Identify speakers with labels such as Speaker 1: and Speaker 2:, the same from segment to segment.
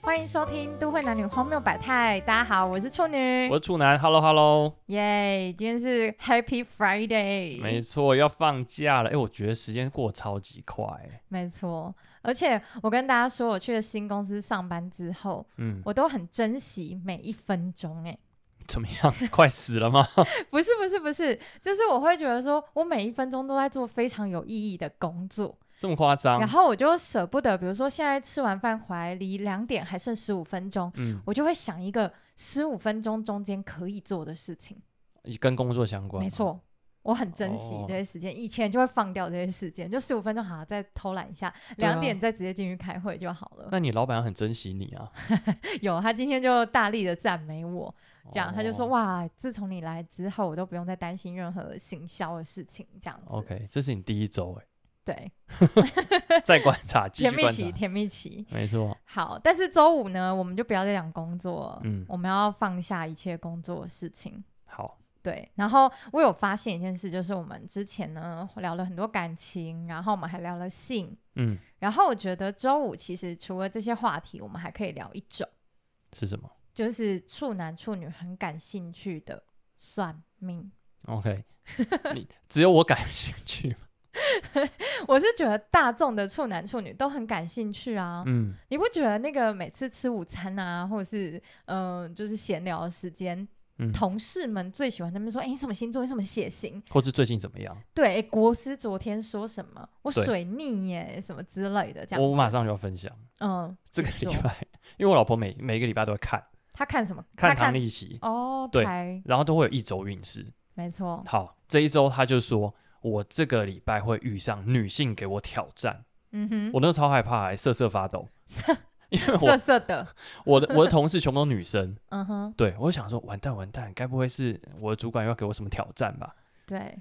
Speaker 1: 欢迎收听《都会男女荒谬百态》。大家好，我是处女
Speaker 2: 我，是处男，Hello Hello，
Speaker 1: 耶今天是 Happy Friday，
Speaker 2: 没错，要放假了。哎、我觉得时间过得超级快。
Speaker 1: 没错。而且我跟大家说，我去了新公司上班之后，
Speaker 2: 嗯，
Speaker 1: 我都很珍惜每一分钟、欸。
Speaker 2: 怎么样？ 快死了 吗？
Speaker 1: 哎，不是不是不是，就是我会觉得说，我每一分钟都在做非常有意义的工作，
Speaker 2: 这么夸
Speaker 1: 然
Speaker 2: 张？
Speaker 1: 后我就舍不得，比如说现在吃完饭回来，离两点还剩十五分钟，
Speaker 2: 嗯，
Speaker 1: 我就会想一个十五分钟中间可以做的事情。
Speaker 2: 跟工作相关。
Speaker 1: 没。错，我很珍惜
Speaker 2: 哦
Speaker 1: 这些时间，以前就会放掉这些时间，就十五分钟好好再偷懒一下，
Speaker 2: 对啊
Speaker 1: 两、点再直接进去开会就好了。
Speaker 2: 那你老板很珍惜你啊？
Speaker 1: 有，他今天就大力的赞美我，这样、他就说
Speaker 2: 哦
Speaker 1: 哇，自从你来之后，我都不用再担心任何行销的事情，这样子。
Speaker 2: OK，这是你第一周哎，
Speaker 1: 对，
Speaker 2: 再观 察，继
Speaker 1: 甜
Speaker 2: 续
Speaker 1: 蜜
Speaker 2: 观
Speaker 1: 期，
Speaker 2: 察。
Speaker 1: 甜蜜期。
Speaker 2: 没错，
Speaker 1: 好，但是周五呢，我们就不要再讲工作了，
Speaker 2: 嗯
Speaker 1: 我们要放下一切工作的事情。
Speaker 2: 好，
Speaker 1: 对，然后我有发现一件事，就是我们之前呢聊了很多感情，然后我们还聊了性，
Speaker 2: 嗯，
Speaker 1: 然后我觉得周五其实除了这些话题，我们还可以聊一种，
Speaker 2: 是什么
Speaker 1: 就是处男处女很感兴趣的算命。
Speaker 2: ？OK，你只有我感兴趣吗？
Speaker 1: 我是觉得大众的处男处女都很感兴趣啊，
Speaker 2: 嗯，
Speaker 1: 你不觉得那个每次吃午餐啊，或者是嗯、呃就是闲聊的时间，
Speaker 2: 嗯
Speaker 1: 同事们最喜欢他们说，哎，你什么星座，你什么血型，
Speaker 2: 或是最近怎么样？
Speaker 1: 对，诶国师昨天说什么？我
Speaker 2: 对
Speaker 1: 水逆耶，什么之类的，这样子。
Speaker 2: 我马上就要分享
Speaker 1: 嗯，
Speaker 2: 这个
Speaker 1: 请
Speaker 2: 礼
Speaker 1: 说
Speaker 2: 拜， 因为我老婆每每个礼拜都会看
Speaker 1: 他看什么？
Speaker 2: 看
Speaker 1: 他
Speaker 2: 唐立奇，
Speaker 1: 哦，
Speaker 2: 对
Speaker 1: 台
Speaker 2: 然后都会有一周运势。
Speaker 1: 没错，
Speaker 2: 好，这一周他就说我这个礼拜会遇上女性给我挑战，
Speaker 1: 嗯哼，
Speaker 2: 我那时候超害怕、欸，瑟瑟发抖，因为
Speaker 1: 色
Speaker 2: 我
Speaker 1: 色的，
Speaker 2: 我的我的同事全部都女生，
Speaker 1: 嗯哼，
Speaker 2: 对我就想说完蛋完蛋，该不会是我的主管又要给我什么挑战吧？
Speaker 1: 对。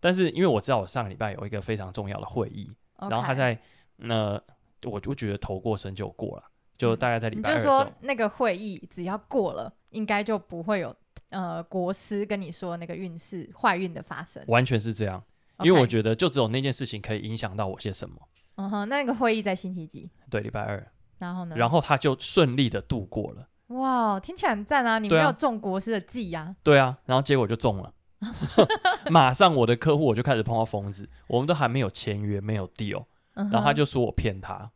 Speaker 2: 但是因为我知道我上个礼拜有一个非常重要的会议，然后他
Speaker 1: OK，
Speaker 2: 在那、我就觉得头过身就过了，就大概在礼
Speaker 1: 嗯你
Speaker 2: 拜二
Speaker 1: 就
Speaker 2: 的时候，
Speaker 1: 说那个会议只要过了，应该就不会有呃国师跟你说那个运势坏运的发生，
Speaker 2: 完全是这样，因为
Speaker 1: OK
Speaker 2: 我觉得就只有那件事情可以影响到我些什么。
Speaker 1: 嗯哼，那个会议在星期几？
Speaker 2: 对，礼拜二，
Speaker 1: 然后呢？
Speaker 2: 然后他就顺利的度过了。
Speaker 1: 哇，听起来很赞啊！你没
Speaker 2: 对啊
Speaker 1: 有中国师的计呀、
Speaker 2: 对啊，然后结果就中 了，马上我的客户我就开始碰到疯子，我们都还没有签约，没有 deal，
Speaker 1: 嗯哼哦
Speaker 2: 然后他就说我骗他，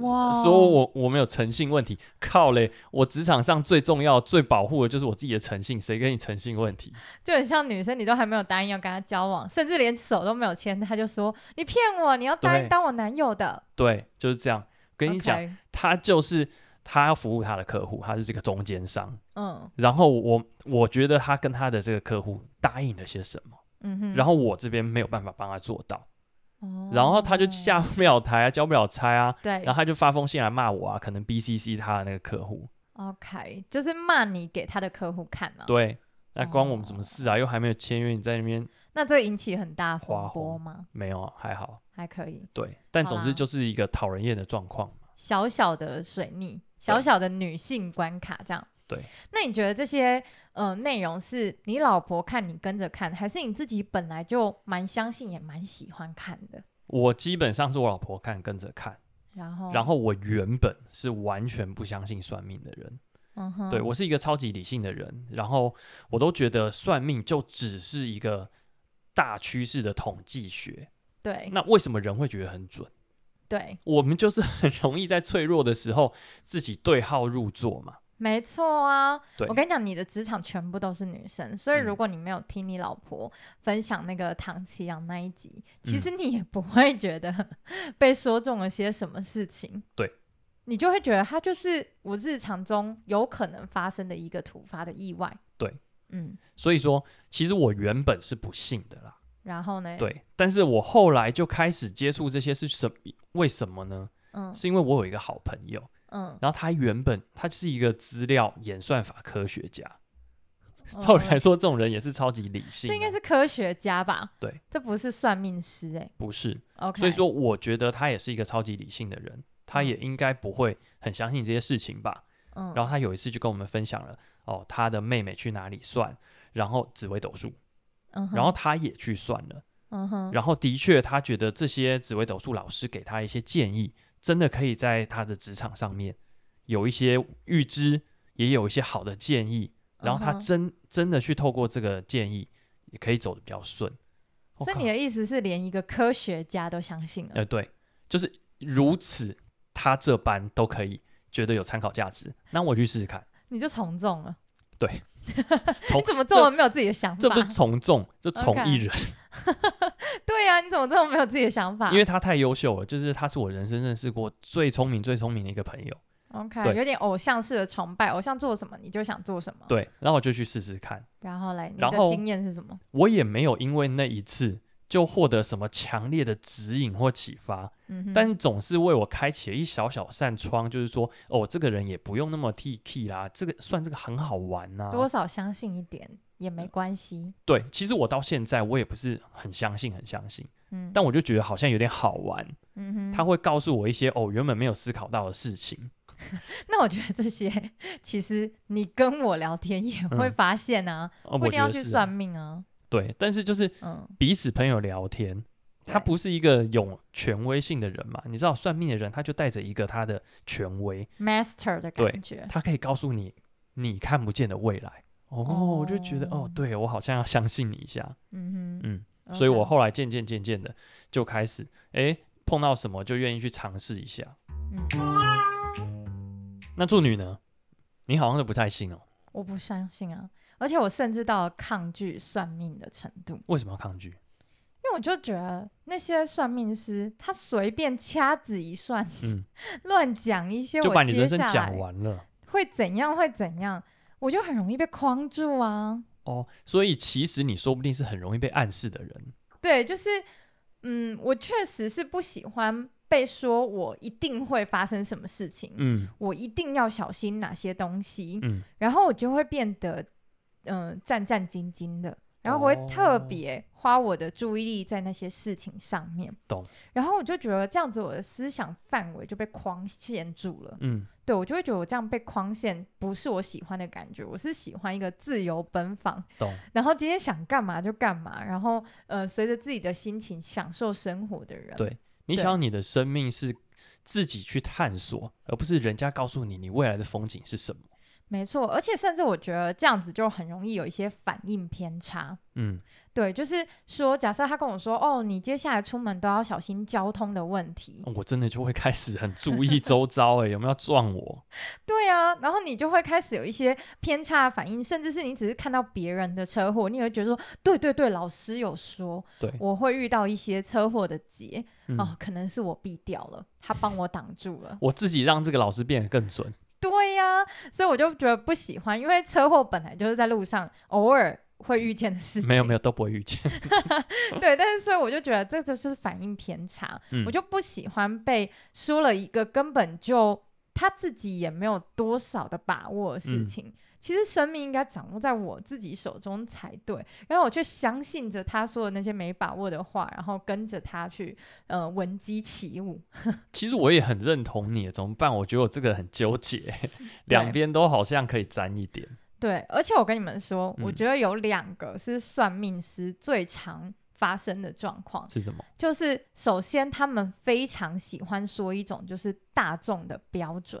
Speaker 1: 哇，
Speaker 2: 说我我没有诚信问题，靠嘞，我职场上最重要、最保护的就是我自己的诚信，谁跟你诚信问题？
Speaker 1: 就很像女生，你都还没有答应要跟他交往，甚至连手都没有牵，他就说你骗我，你要答
Speaker 2: 对
Speaker 1: 应当我男友的。
Speaker 2: 对，就是这样。跟你讲
Speaker 1: OK，
Speaker 2: 他就是他要服务他的客户，他是这个中间商。
Speaker 1: 嗯
Speaker 2: 然后我我觉得他跟他的这个客户答应了些什么，
Speaker 1: 嗯哼，
Speaker 2: 然后我这边没有办法帮他做到，
Speaker 1: 哦
Speaker 2: 然后他就下不 了台啊，交不了差啊，
Speaker 1: 对，
Speaker 2: 然后他就发封信来骂我啊，可能 BCC 他的那个客户，
Speaker 1: OK，就是骂你给他的客户看啊嘛。
Speaker 2: 对，那关我们什么事啊？又还没有签约，你在那边
Speaker 1: 那这引起很大风波
Speaker 2: 花红
Speaker 1: 吗？
Speaker 2: 没有啊？还好，
Speaker 1: 还可以，
Speaker 2: 对，但总
Speaker 1: 好
Speaker 2: 之
Speaker 1: 啦
Speaker 2: 就是一个讨人厌的状况嘛。
Speaker 1: 小小的水逆，小小的女性关卡这样。
Speaker 2: 对，
Speaker 1: 那你觉得这些呃内容是你老婆看你跟着看，还是你自己本来就蛮相信也蛮喜欢看的？
Speaker 2: 我基本上是我老婆看跟着看，
Speaker 1: 然后，
Speaker 2: 然后我原本是完全不相信算命的人，
Speaker 1: 嗯哼，
Speaker 2: 对我是一个超级理性的人，然后我都觉得算命就只是一个大趋势的统计学。
Speaker 1: 对
Speaker 2: 那为什么人会觉得很准？
Speaker 1: 对，
Speaker 2: 我们就是很容易在脆弱的时候自己对号入座嘛。
Speaker 1: 没错啊
Speaker 2: 对，
Speaker 1: 我跟你讲，你的职场全部都是女生，所以
Speaker 2: 嗯
Speaker 1: 如果你没有听你老婆分享那个唐奇阳那一集，其
Speaker 2: 嗯
Speaker 1: 实你也不会觉得 被说中了些什么事情。
Speaker 2: 对，
Speaker 1: 你就会觉得它就是我日常中有可能发生的一个突发的意外。
Speaker 2: 对，
Speaker 1: 嗯，
Speaker 2: 所以说，其实我原本是不信的啦。
Speaker 1: 然后呢？，
Speaker 2: 对，但是我后来就开始接触这些是什为什么呢？
Speaker 1: 嗯
Speaker 2: 是因为我有一个好朋友，
Speaker 1: 嗯
Speaker 2: 然后他原本他是一个资料演算法科学家，照理
Speaker 1: 嗯
Speaker 2: 来说，这种人也是超级理性
Speaker 1: 这
Speaker 2: 的，
Speaker 1: 应该是科学家吧？
Speaker 2: 对，
Speaker 1: 这不是算命师哎、
Speaker 2: 不是？
Speaker 1: OK，
Speaker 2: 所以说，我觉得他也是一个超级理性的人，他也应该不会很相信这些事情吧。
Speaker 1: 嗯，
Speaker 2: 然后他有一次就跟我们分享了，哦，他的妹妹去哪里算，然后紫微斗数，
Speaker 1: 嗯哼
Speaker 2: 然后他也去算了，
Speaker 1: 嗯哼，
Speaker 2: 然后的确他觉得这些紫微斗数老师给他一些建议，真的可以在他的职场上面有一些预知，也有一些好的建议，然后
Speaker 1: 嗯
Speaker 2: 他
Speaker 1: 哼
Speaker 2: 真、真的去透过这个建议，也可以走得比较顺。我
Speaker 1: 所以
Speaker 2: 靠
Speaker 1: 你的意思是连一个科学家都相信了？
Speaker 2: 呃，对，就是如此，他这般都可以觉得有参考价值，那我去试试看。
Speaker 1: 你就从众了。
Speaker 2: 对， 从
Speaker 1: 你怎么这么没有自己的想
Speaker 2: 这
Speaker 1: 法
Speaker 2: 不？是从众，这从一
Speaker 1: OK
Speaker 2: 人，
Speaker 1: 对啊呀、你怎么这么没有自己的想法？
Speaker 2: 因为他太优秀了，就是他是我人生认识过最聪明、最聪明的一个朋友。
Speaker 1: OK
Speaker 2: 对
Speaker 1: 有点偶像式的崇拜，偶像做什么你就想做什么。，
Speaker 2: 对，然后我就去试试看，
Speaker 1: 然后嘞，你
Speaker 2: 然
Speaker 1: 的
Speaker 2: 后
Speaker 1: 经验是什么？
Speaker 2: 我也没有因为那一次就获得什么强烈的指引或启发，
Speaker 1: 嗯哼，
Speaker 2: 但总是为我开启了一小小扇窗，就是说，哦，这个人也不用那么 T K 啦，这个算这个很好玩呐、
Speaker 1: 多少相信一点也
Speaker 2: 呃
Speaker 1: 没关系。
Speaker 2: 对，其实我到现在我也不是很相信，很相信，
Speaker 1: 嗯，
Speaker 2: 但我就觉得好像有点好玩。
Speaker 1: 嗯哼，
Speaker 2: 他会告诉我一些哦原本没有思考到的事情。
Speaker 1: 那我觉得这些，其实你跟我聊天也会
Speaker 2: 嗯
Speaker 1: 发现啊，
Speaker 2: 哦，
Speaker 1: 不
Speaker 2: 我
Speaker 1: 一定
Speaker 2: 觉
Speaker 1: 要
Speaker 2: 得
Speaker 1: 去
Speaker 2: 是啊
Speaker 1: 算命啊。
Speaker 2: 对，但是就是
Speaker 1: 嗯，
Speaker 2: 彼此朋友聊天，他
Speaker 1: 对
Speaker 2: 不是一个有权威性的人嘛？你知道算命的人，他就带着一个他的权威，
Speaker 1: master 的
Speaker 2: 对
Speaker 1: 感觉。
Speaker 2: 他可以告诉你你看不见的未来。哦，我就觉得哦
Speaker 1: 哦，
Speaker 2: 对我好像要相信你一下，
Speaker 1: 嗯哼，
Speaker 2: 嗯，所以我
Speaker 1: OK
Speaker 2: 后来渐渐渐渐的就开始，诶，碰到什么就愿意去尝试一下。
Speaker 1: 嗯，
Speaker 2: 那处女呢？你好像是不太信哦，
Speaker 1: 我不相信啊，而且我甚至到了抗拒算命的程度，
Speaker 2: 为什么要抗拒？
Speaker 1: 因为我就觉得那些算命师他随便掐指一算，
Speaker 2: 嗯，
Speaker 1: 乱讲一些我
Speaker 2: 就把你
Speaker 1: 接
Speaker 2: 人生
Speaker 1: 下
Speaker 2: 讲
Speaker 1: 来
Speaker 2: 完了。
Speaker 1: 会怎样会怎样，我就很容易被框住啊。
Speaker 2: 哦，所以其实你说不定是很容易被暗示的人，
Speaker 1: 对，就是嗯，我确实是不喜欢被说我一定会发生什么事情，
Speaker 2: 嗯
Speaker 1: 我一定要小心哪些东西，
Speaker 2: 嗯，
Speaker 1: 然后我就会变得嗯、呃战战兢兢的，然后我会特
Speaker 2: 哦
Speaker 1: 别花我的注意力在那些事情上面。
Speaker 2: 懂。
Speaker 1: 然后我就觉得这样子，我的思想范围就被框限住了。
Speaker 2: 嗯，
Speaker 1: 对我就会觉得我这样被框限不是我喜欢的感觉，我是喜欢一个自由奔放，
Speaker 2: 懂。
Speaker 1: 然后今天想干嘛就干嘛，然后呃随着自己的心情享受生活的人。
Speaker 2: 对你
Speaker 1: 对
Speaker 2: 想要你的生命是自己去探索，而不是人家告诉你你未来的风景是什么。
Speaker 1: 没错。而且甚至我觉得这样子就很容易有一些反应偏差。
Speaker 2: 嗯，
Speaker 1: 对，就是说，假设他跟我说：“哦，你接下来出门都要小心交通的问题。
Speaker 2: 我真的就会开始很注意周遭、欸，有没有要撞我？”
Speaker 1: 对啊，然后你就会开始有一些偏差的反应，甚至是你只是看到别人的车祸，你也会觉得说：“对对对，老师有说
Speaker 2: 对，
Speaker 1: 我会遇到一些车祸的劫、
Speaker 2: 嗯
Speaker 1: 哦，可能是我避掉了，他帮我挡住了。”
Speaker 2: 我自己让这个老师变得更准。
Speaker 1: 对呀、所以我就觉得不喜欢，因为车祸本来就是在路上偶尔会遇见的事情。
Speaker 2: 没有没有都不会遇见。
Speaker 1: 有， 对，但是所以我就觉得这就是反应偏差。
Speaker 2: 嗯，
Speaker 1: 我就不喜欢被说了一个根本就他自己也没有多少的把握的事
Speaker 2: 嗯
Speaker 1: 情。其实生命应该掌握在我自己手中才对，然后我却相信着他说的那些没把握的话，然后跟着他去呃闻鸡起舞。
Speaker 2: 其实我也很认同你，怎么办？我觉得我这个很纠结， 两边都好像可以沾一点。
Speaker 1: 对，而且我跟你们说，我
Speaker 2: 嗯
Speaker 1: 觉得有两个是算命师最常发生的状况，
Speaker 2: 是什么？
Speaker 1: 就是首先他们非常喜欢说一种就是大众的标准。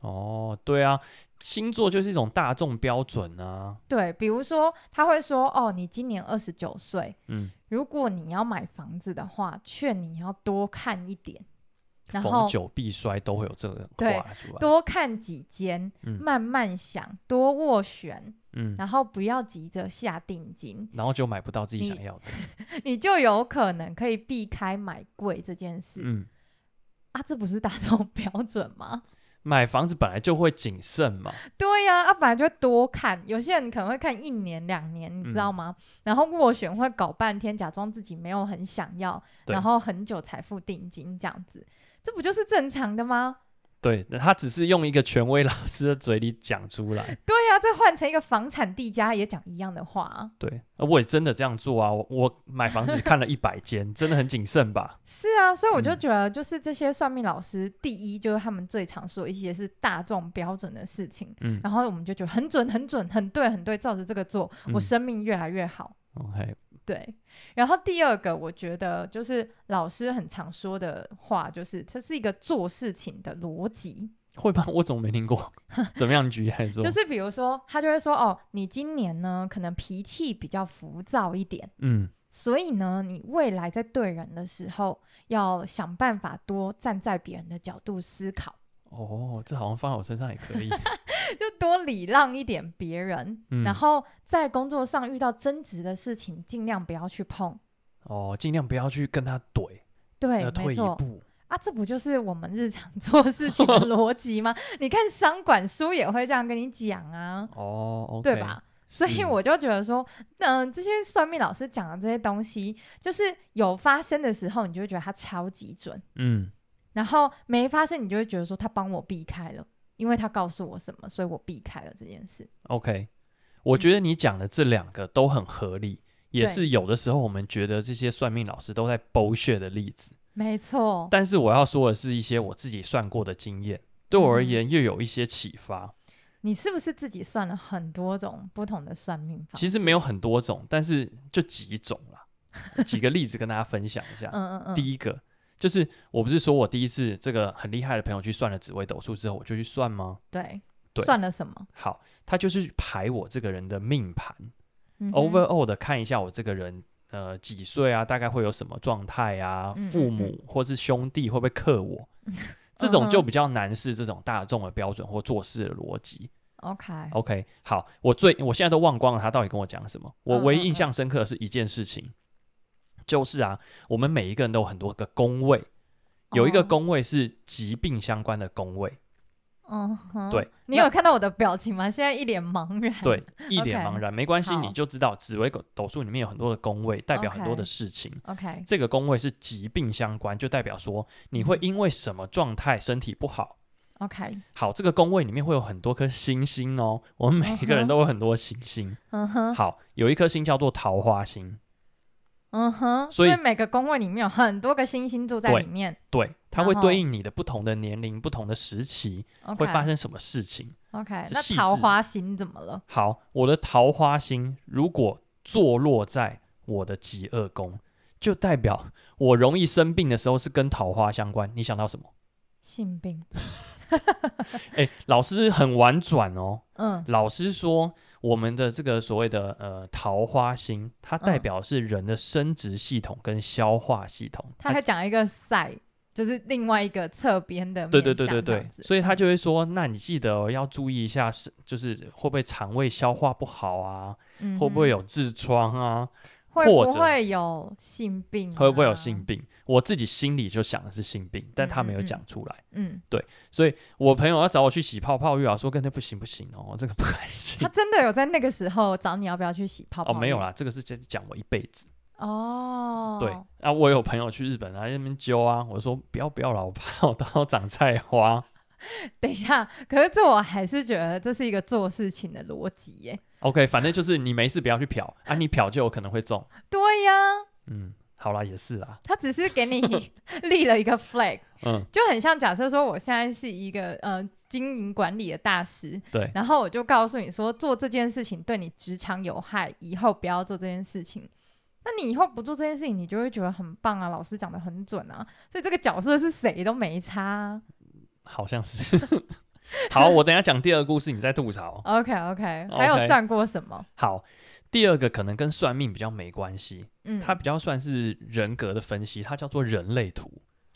Speaker 2: 哦，对啊，星座就是一种大众标准啊。
Speaker 1: 对，比如说他会说：“哦，你今年二十九岁，
Speaker 2: 嗯，
Speaker 1: 如果你要买房子的话，劝你要多看一点，然
Speaker 2: 逢
Speaker 1: 后
Speaker 2: 九必衰都会有这个
Speaker 1: 对
Speaker 2: 话出来。
Speaker 1: 多看几间，
Speaker 2: 嗯
Speaker 1: 慢慢想，多斡旋，
Speaker 2: 嗯，
Speaker 1: 然后不要急着下定金，
Speaker 2: 然后就买不到自己
Speaker 1: 你
Speaker 2: 想要的。
Speaker 1: 你就有可能可以避开买贵这件事、
Speaker 2: 嗯，
Speaker 1: 啊。这不是大众标准吗？
Speaker 2: 买房子本来就会谨慎嘛。
Speaker 1: 对呀、啊，本来就多看，有些人可能会看一年两年，你知
Speaker 2: 嗯
Speaker 1: 道吗？然后斡旋会搞半天，假装自己没有很想要，
Speaker 2: 对
Speaker 1: 然后很久才付定金，这样子，这不就是正常的吗？
Speaker 2: 对，那他只是用一个权威老师的嘴里讲出来。
Speaker 1: 对呀、这换成一个房产地家也讲一样的话。
Speaker 2: 对，呃我也真的这样做啊，我我买房子看了一百间，真的很谨慎吧？
Speaker 1: 是啊，所以我就
Speaker 2: 嗯
Speaker 1: 觉得，就是这些算命老师，第一就是他们最常说一些是大众标准的事情，
Speaker 2: 嗯
Speaker 1: 然后我们就觉得很准、很准、很对、很对，照着这个做，我
Speaker 2: 嗯
Speaker 1: 生命越来越好。
Speaker 2: ，OK，
Speaker 1: 对，然后第二个，我觉得就是老师很常说的话，就是这是一个做事情的逻辑，
Speaker 2: 会吧？我怎么没听过？ 怎么样？你举例来说，
Speaker 1: 就是比如说他就会说，哦，你今年呢可能脾气比较浮躁一点，
Speaker 2: 嗯
Speaker 1: 所以呢，你未来在对人的时候，要想办法多站在别人的角度思考，
Speaker 2: 哦，这好像放在我身上也可 以。
Speaker 1: 就多礼让一点别人。
Speaker 2: 嗯
Speaker 1: 然后在工作上遇到争执的事情，尽量不要去碰。
Speaker 2: 哦，尽量不要去跟他怼，
Speaker 1: 对
Speaker 2: 要，
Speaker 1: 没
Speaker 2: 退一
Speaker 1: 错
Speaker 2: 步。
Speaker 1: 啊，这不就是我们日常 做事情 的逻辑吗？你看商管书也会这样跟你讲啊，
Speaker 2: 哦，OK，
Speaker 1: 对吧？所以
Speaker 2: 是
Speaker 1: 我就觉得说，嗯、这些算命老师讲的这些东西，就是有发生的时候，你就会觉得它超级准。
Speaker 2: 嗯，
Speaker 1: 然后没发生，你就会觉得说他帮我避开了，因为他告诉我什么，所以我避开了这件事。
Speaker 2: OK，我觉得你讲的这两个都很合理，也
Speaker 1: 嗯对
Speaker 2: 是有的时候我们觉得这些算命老师都在 bullshit 的例子。
Speaker 1: 没错，
Speaker 2: 但是我要说的是一些我自己算过的经验，对我而
Speaker 1: 嗯
Speaker 2: 言又有一些启发。
Speaker 1: 你是不是自己算了很多种不同的算命法？
Speaker 2: 其实没，有很多种，但是就几种啦，几个例子跟大家分享一下。
Speaker 1: 嗯嗯嗯，
Speaker 2: 第一个就是，我不是说我第一次这个很厉害的朋友去算了紫微斗数之后，我就去算吗？
Speaker 1: 对，
Speaker 2: 对
Speaker 1: 算了什么、
Speaker 2: 好，他就是排我这个人的命盘、
Speaker 1: 嗯哼
Speaker 2: o v e r all 的看一下我这个人，呃，几岁啊，大概会有什么状态啊，
Speaker 1: 嗯
Speaker 2: 父
Speaker 1: 嗯
Speaker 2: 母或是兄弟会不会 克我，这种
Speaker 1: 嗯
Speaker 2: 就
Speaker 1: 哼
Speaker 2: 比较难是这种大众的标准或做事的逻辑。
Speaker 1: OK，
Speaker 2: OK，好，我最我现在都忘光了他到底跟我讲什么。我
Speaker 1: 嗯
Speaker 2: 唯
Speaker 1: 嗯
Speaker 2: 一印象深刻的是一件事情，就是啊，我们每一个人都有很多个宫位，有一个
Speaker 1: 哦，
Speaker 2: 宫位是疾病相关的宫 位，
Speaker 1: 嗯哼
Speaker 2: 对
Speaker 1: 你
Speaker 2: 那
Speaker 1: 有看到我的表情吗？现在一脸茫然。
Speaker 2: 对，一脸
Speaker 1: OK，
Speaker 2: 茫然。没关系，你
Speaker 1: 好
Speaker 2: 就知道紫微斗斗数里面有很多的宫位，代表很多的
Speaker 1: OK
Speaker 2: 事情。
Speaker 1: ，OK，
Speaker 2: 这个宫位是疾病相关，就代表说你会
Speaker 1: 嗯
Speaker 2: 因为什么状态身体不好。
Speaker 1: OK，
Speaker 2: 好，这个宫位里面会有很多颗星星哦，我们每一个
Speaker 1: 嗯
Speaker 2: 人
Speaker 1: 哼
Speaker 2: 都有很多星星。
Speaker 1: 嗯哼，
Speaker 2: 好，有一颗星叫做桃花星，
Speaker 1: 嗯哼，
Speaker 2: 所以
Speaker 1: 每个工位里面有很多个星星住在
Speaker 2: 对
Speaker 1: 里面
Speaker 2: 对，它
Speaker 1: 然
Speaker 2: 会
Speaker 1: 后
Speaker 2: 对应你的不同的年龄、不同的时期
Speaker 1: ，OK，
Speaker 2: 会发生什么事情。
Speaker 1: OK，
Speaker 2: 是
Speaker 1: 那
Speaker 2: 细
Speaker 1: 桃
Speaker 2: 致
Speaker 1: 花星怎么了？
Speaker 2: 好，我的桃花星如果坐落在我的极恶宫，就代表我容易生病的时候是跟桃花相关。你想到什么？
Speaker 1: 性病，
Speaker 2: 哎，老师很婉转哦。
Speaker 1: 嗯，
Speaker 2: 老师说，我们的这个所谓的呃桃花星，它代
Speaker 1: 嗯
Speaker 2: 表是人的生殖系统跟消化系统。哎
Speaker 1: 他还讲一个赛，就是另外一个侧边的面
Speaker 2: 对对对
Speaker 1: 向
Speaker 2: 对
Speaker 1: 这
Speaker 2: 对
Speaker 1: 样，子
Speaker 2: 所以他就会说，那你记得、哦、要注意一下，是就是会不会肠胃消化不好啊，
Speaker 1: 嗯
Speaker 2: 会不会
Speaker 1: 哼
Speaker 2: 有痔疮啊，
Speaker 1: 会
Speaker 2: 或
Speaker 1: 不
Speaker 2: 者
Speaker 1: 会有性病、啊
Speaker 2: 会不会有性？病？我自己心里就想的是性病，但他没有
Speaker 1: 嗯嗯嗯
Speaker 2: 讲出来。
Speaker 1: 嗯，
Speaker 2: 所以我朋友要找我去洗泡泡浴啊，说跟他不行不行哦，这个不开心
Speaker 1: 他。真的有在那个时候找你要不要去洗泡泡？
Speaker 2: 哦，没有。啦，这个是讲讲我一辈子。
Speaker 1: 哦，
Speaker 2: 对，啊，我有朋友去日本啊，在那边揪啊，我说不要不要啦，我怕我到长菜花。
Speaker 1: 等一下，可是这我还是觉得这是一个做事情的逻辑耶。
Speaker 2: OK，反正就是你没事不要去漂啊，你漂就有可能会中。
Speaker 1: 对呀、
Speaker 2: 嗯，好啦，也是啦，
Speaker 1: 他只是给你 立了一个 flag，
Speaker 2: 嗯，
Speaker 1: 就很像假设说我现在是一个呃经营管理的大师，
Speaker 2: 对
Speaker 1: 然后我就告诉你说做这件事情对你职场有害，以后不要做这件事情。那你以后不做这件事情，你就会觉得很棒啊，老师讲的很准啊，所以这个角色是谁都没差啊、
Speaker 2: 好像是。 好，我等一下讲第二个故事，你再吐槽。
Speaker 1: OK OK，还有
Speaker 2: OK
Speaker 1: 算过什么？
Speaker 2: 好，第二个可能跟算命比较没关系，
Speaker 1: 嗯，
Speaker 2: 它比较算是人格的分析，它叫做人类图。